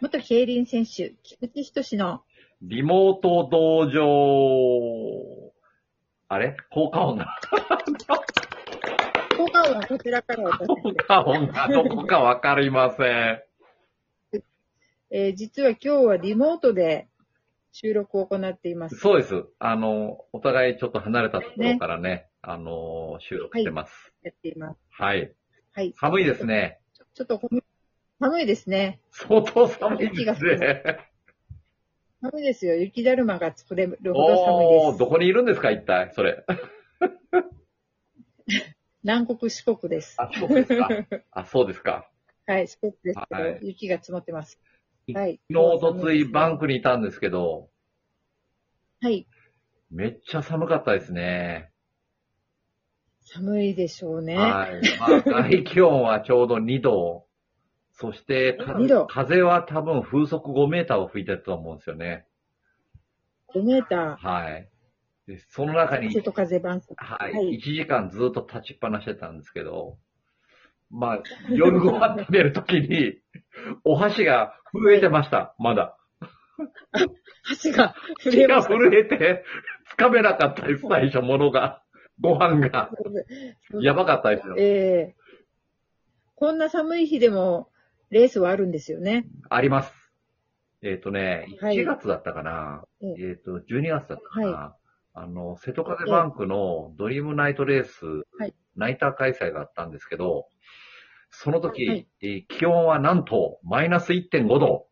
元競輪選手、菊池仁の、リモート道場、あれ効果音 が、効果音はこちらからお届 け効果音がどこかわかりません。えー実は今日はリモートで収録を行っています。そうです。あの、お互いちょっと離れたところからね、あの、収録してます。やっています。はい。はい。寒いですね。ちょ。ちょっとほん寒いですね。相当寒い雪でがす降るね。寒いですよ。雪だるまが作れるほどお寒いー、でどす。こにいるんですか一体、それ。南国四国です。あ、そうです か。あ、そうですか。はい、四国ですけど、はい雪が積もってます。はい。昨日、おとついバンクにいたんですけど、はい。めっちゃ寒かったですね。寒いでしょうね。はい。まあ、外気温はちょうど2度。そして、 2度風は多分風速5メーターを吹いてたと思うんですよね。 5メータはい。でその中ー、に風、と風バンク。はい、はい1時間ずっと立ちっぱなしてたんですけど、まあ、夜ご飯食べるときに、 お箸が震えてました、まだ。箸 が震手えまがした。震えて、掴めなかったです、最初、ものが。ご飯が。やばかったですよ。ええこんな寒い日でも、レースはあるんですよね。あります。えっ、とね、はい1月だったかな、ええっ、と、12月だったかな、あの、瀬戸風バンクのドリームナイトレース、はいナイター開催があったんですけど、その時、はいえー気温はなんと、マイナス1.5度、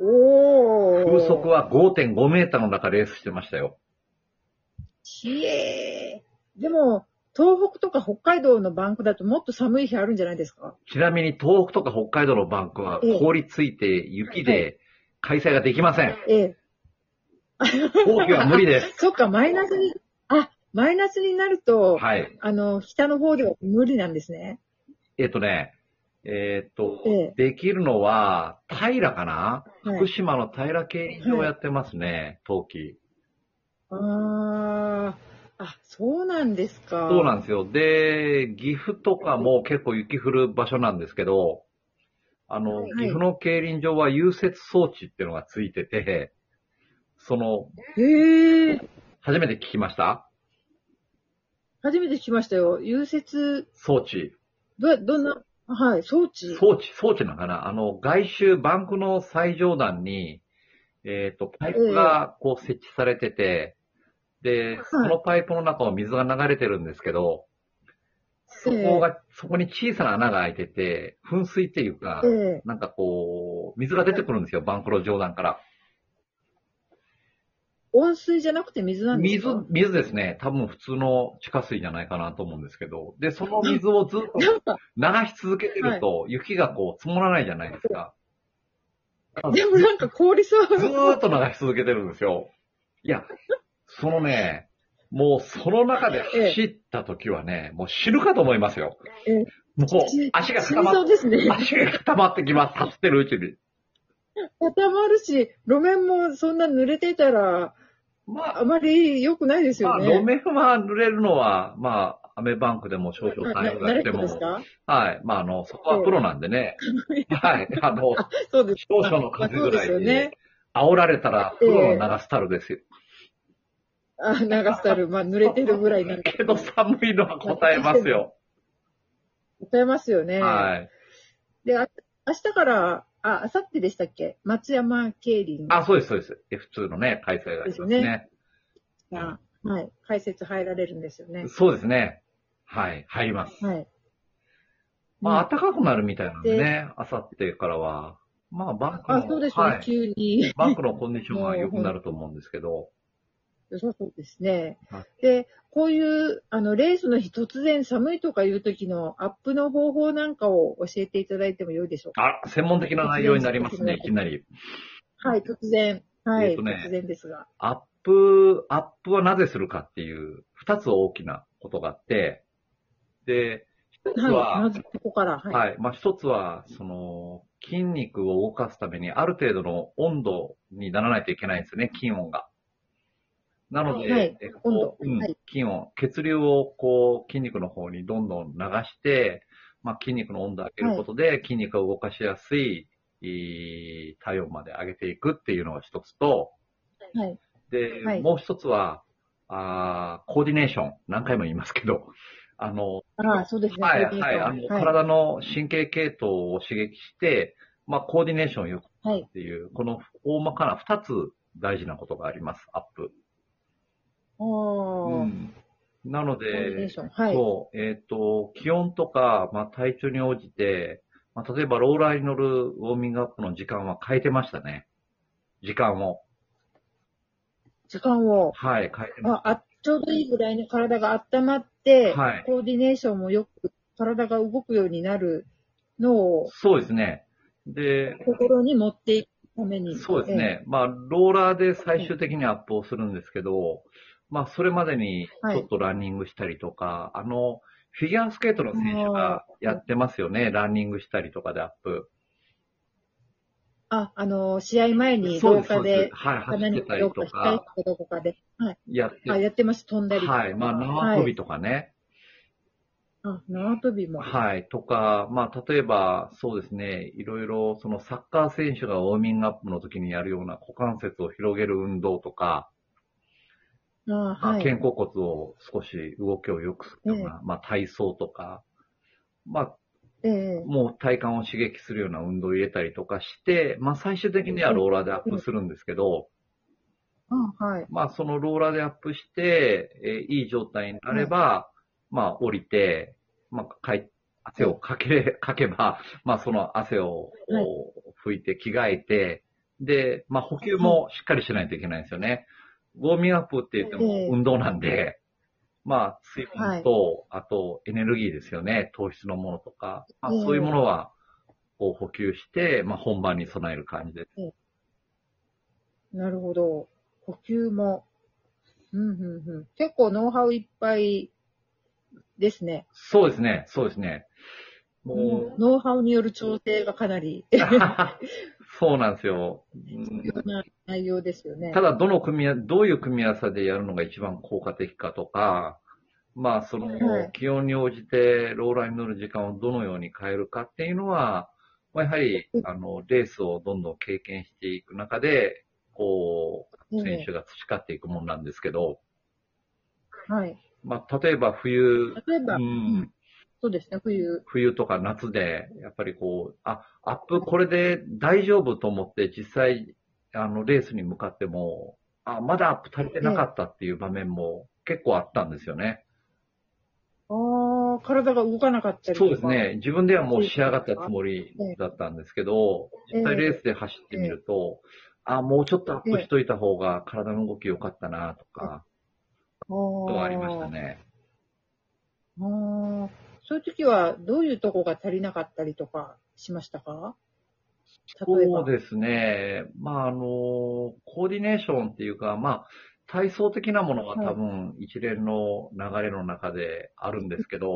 おー。風速は5.5メーターの中レースしてましたよ。ひえー。でも、東北とか北海道のバンクだともっと寒い日あるんじゃないですかちなみに東北とか北海道のバンクはええ凍りついて雪で開催ができま せん。ええ冬季は無理です。そっか、マイナスに、あ、マイナスになると、はい。あの、北の方では無理なんですね。えっ、とね、えっ、と、ええできるのは、平かな、は福い。島の平競輪場をやってますね、冬季。あー。あ、そうなんですか。そうなんですよ。で、岐阜とかも結構雪降る場所なんですけど、あの、はい岐阜の競輪場は融雪装置っていうのがついてて、その、へえー。初めて聞きました初めて聞きましたよ。融雪、装置。ど、どんな、はい、装置。装置、装置なのかなあの、外周、バンクの最上段に、えっ、と、パイプがこう設置されてて、で、そのパイプの中を水が流れてるんですけど、そこが、そこに小さな穴が開いてて、噴水っていうか、ええなんかこう、水が出てくるんですよ、バンクの上段から。温水じゃなくて水なんです水か、水ですね。多分普通の地下水じゃないかなと思うんですけど。で、その水をずっとなんか、流し続けてると、雪がこう積もらないじゃないですか。でもなんか凍りそう。ずーっと流し続けてるんですよ。いや、そのね、もうその中で走った時はね、もう死ぬかと思いますよ。ええもう足が死固にまそっうですねて、。足が固まってきます。立ってるうちに。固まるし、路面もそんな濡れてたら、まああ、まり良くないですまよあ、ね。路面は濡れるのは、まあ、アメバンクでも少々対応がな慣れしててますも、かはい。まあ、あの、そこはプロなんでね。はい。あの、そうです。少々の風ぐまあらそうでいすよねで、煽られたら、プロの流すタルですよ。あ、長スタル、まあ濡れてるぐらいなんで。けど寒いのは答えますよ。答えますよね。はい。で、あ明日から、あ、明後日でしたっけ松山競輪あ、そうです、そうです。え普通のね、開催がありますね。ですが、はい、解説入られるんですよね。そうですね。はい、入ります。はい。まうあ、ん暖かくなるみたいなんでね、あさってからは。まあ、バンクの、あ、そうですね、はい、急に。バンクのコンディションは良くなると思うんですけど、そうそうですねはい。で、こういう、あの、レースの日突然寒いとかいう時のアップの方法なんかを教えていただいてもよいでしょうかあら、専門的な内容になりますね、いきなり。はい、突然。はい、えっとね突然ですが。アップ、アップはなぜするかっていう、二つ大きなことがあって、で、一つはい、はま、ずここから。はい。はい。まあ、一つは、その、筋肉を動かすために、ある程度の温度にならないといけないんですよね、筋温が。なので、はいえっと温度うんはい筋温、血流をこう、筋肉の方にどんどん流して、まあ、筋肉の温度を上げることで、筋肉が動かしやすいいい体温まで上げていくっていうのが一つと、はい。で、はいもう一つは、あーコーディネーション。何回も言いますけど、あの、ああ、そうですね。はい、コーディはい、あの、ネーションはい。体の神経系統を刺激して、まあ、コーディネーションをよくっはい。ていう、この大まかな二つ大事なことがあります、アップ。ああ、コん、なのーディネーで、ション。はい。そう、えっ、と、気温とか、まあ、体調に応じて、まあ、例えばローラーに乗るウォーミングアップの時間は変えてましたね。時間を。時間を。はい、変えてまあ、あ、ちょうどいいぐらいに体が温まって、はいコーディネーションもよく体が動くようになるのをす。そうですね。で、心に持っていくために。そうですね。まあ、ローラーで最終的にアップをするんですけど、まあ、それまでにはいちょっとランニングしたりとか、あの、フィギュアスケートの選手がやってますよね。ランニングしたりとかでアップ。ええ。あ、あの、試合前にそう廊です、そ下うで。、ですはい、走っ何てたかりどとっかか、したりどこかで。はい。やってあ、やってました。飛んだり。はい。まあ、縄跳びとかね。あ、縄跳びも。はい。とか、まあ、例えば、そうですね。いろいろ、そのサッカー選手がウォーミングアップの時にやるような股関節を広げる運動とか、あまあはい。肩甲骨を少し動きを良くするような、まあ、体操とか、まあ、ええ。もう体幹を刺激するような運動を入れたりとかして、まあ、最終的にはローラーでアップするんですけど、あ、はい。まあ、そのローラーでアップして、えーいい状態になれば、まあ、降りて、まあ、かい汗をかけれ、かけば、まあ、その汗をはいこう拭いて着替えて、で、まあ、補給もしっかりしないといけないんですよね。ウォーミングアップって言ってええも運動なんで、まあ、水分と、あとエネルギーですよね、糖質のものとか、まあ、ええそういうものは、こう補給して、まあ、本番に備える感じです。なるほど。呼吸も。うん、うん、うん。結構ノウハウいっぱいですね。そうですね、そうですね。もう、ノウハウによる調整がかなりそうなんですよ。うん必要な内容ですよね。ただ、どの組み合わどういう組み合わせでやるのが一番効果的かとか、まあ、そはのい、気温に応じて、ローラーに乗る時間をどのように変えるかっていうのは、まあ、やはりう、んあの、レースをどんどん経験していく中で、こう、選手が培っていくもんなんですけど、はい。まあ、例えば冬、例えば、ううんん、そうですね、冬。冬とか夏で、やっぱりこう、あ、アップこれで大丈夫と思って実際、あの、レースに向かっても、あ、まだアップ足りてなかったっていう場面も結構あったんですよね。ああ、体が動かなかったりとそうか。です。ね。自分ではもう仕上がったつもりだったんですけど、ええ実際レースで走ってみると、あ、もうちょっとアップしといた方が体の動き良かったなとか、ことはありましたね。あーそういう時は、どういうとこが足りなかったりとかしましたか例えば。そうですね。まあ、あの、コーディネーションっていうか、まあ、体操的なものがはい多分一連の流れの中であるんですけど、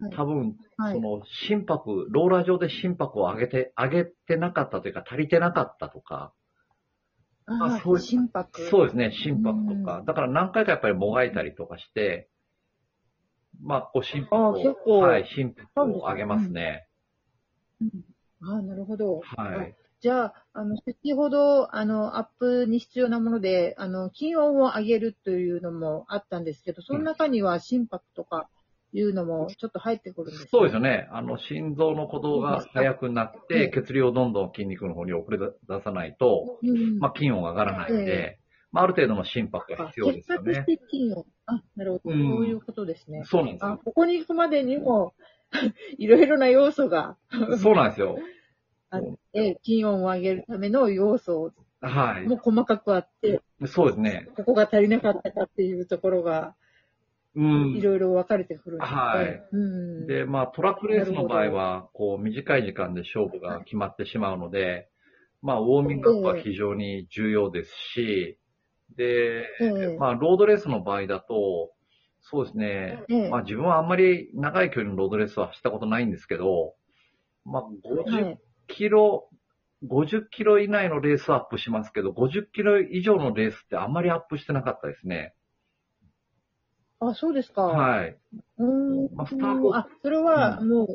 はい多分、はそい。の心拍、ローラー上で心拍を上げて、上げてなかったというか、足りてなかったとか、あああそう心拍。そうですね、心拍とか、だから何回かやっぱりもがいたりとかして、まあ、こう心拍あ結を、構はい、心拍を上げますね。ああ、なるほど。はい。じゃあ、あの、先ほど、あの、アップに必要なもので、あの、気温を上げるというのもあったんですけど、その中には心拍とかいうのもちょっと入ってくるんですねそうですよね。あの、心臓の鼓動が速くなっええて、血流をどんどん筋肉の方に送り出さないと、うんまあ、筋温が上がらないんえで、まあ、ある程度の心拍が必要ですよ結ね核。して金を。あ、なるほど。うんそういうことですね。そうなんですあ、よ。ここに行くまでにも、 いろいろな要素が、そうなんですよ。えー、金温を上げるための要素はも細かくあって、い。そうですね。ここが足りなかったかっていうところが、ういん。ろいろ分かれてくるんですね。はいうん。で、まあ、トラックレースの場合は、こう、短い時間で勝負が決まってしまうので、まあ、ウォーミングアップは非常に重要ですし、で、ええまあ、ロードレースの場合だと、そうですね、ええまあ、自分はあんまり長い距離のロードレースは走ったことないんですけど、まあ、は50い。キロ、50キロ以内のレースはアップしますけど、50キロ以上のレースってあんまりアップしてなかったですね。あ、そうですか。はい。うーん。まあスタートあ、それはもう、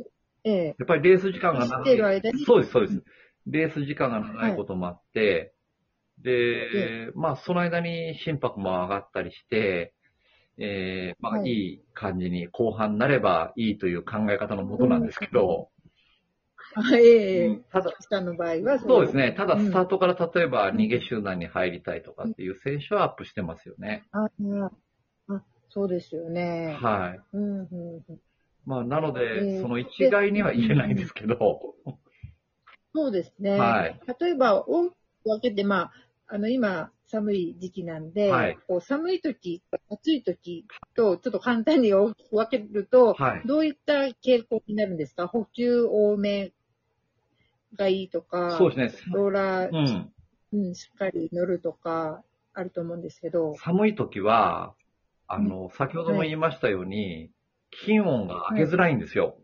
ええやっぱりレース時間が走っ長ている間にそうです、そうです。レース時間が長いこともあって、で、まあ、その間に心拍も上がったりして、えー、まあ、はいいい感じに後半になればいいという考え方のもとなんですけど、あええただ、下の場合はそうです。ね、ただうんスタートから例えば逃げ集団に入りたいとかっていう選手はアップしてますよね。あうんあそうですよね。はい。うんうんうんまあ、なのえで、ーその一概には言えないんですけど、そうですね。はい。例えば、大きく分けて、まあ、あの、今、寒い時期なんで、はいこう寒い時、暑い時と、ちょっと簡単に大きく分けると、はい。どういった傾向になるんですか補給多めがいいとか、そうですね。ローラー、うん。うん、しっかり乗るとか、あると思うんですけど、寒い時は、あの、先ほども言いましたように、気温が上げづらいんですよ。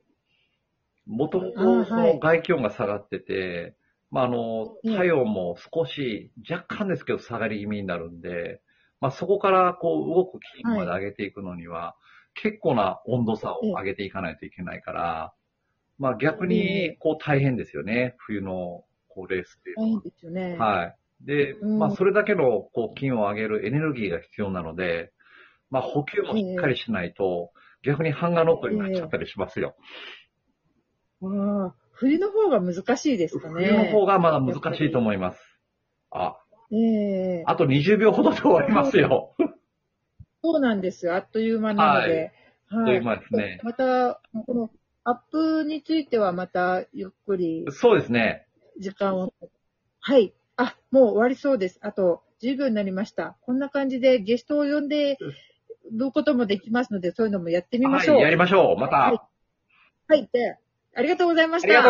もともあとそはいの外気温が下がってて、まあ、あの、ええ体温も少し、若干ですけど下がり気味になるんで、まあ、そこからこう動く筋肉まで上げていくのには、結構な温度差を上げていかないといけないから、まあ、逆えにこう大変ですよね。冬のこうレースっていうの大は。変ですよね。はい。で、うんまあ、それだけの、こう、菌を上げるエネルギーが必要なので、まあ、補給もしっかりしないと、逆に半がノットになっちゃったりしますよ。ああ冬の方が難しいですかね。冬の方がまだ難しいと思います。あ、ええあと20秒ほどで終わりますよ。そうなんですよ。あっという間なので。とはいう間ですね。また、このアップについてはまたゆっくりそうですね。時間を。はい。あ、もう終わりそうです。あと10秒になりました。こんな感じでゲストを呼んでることもできますので、そういうのもやってみましょう。はい、はやい。りましょう。また。はい、じゃあ、ありがとうございましあた。りがとうございます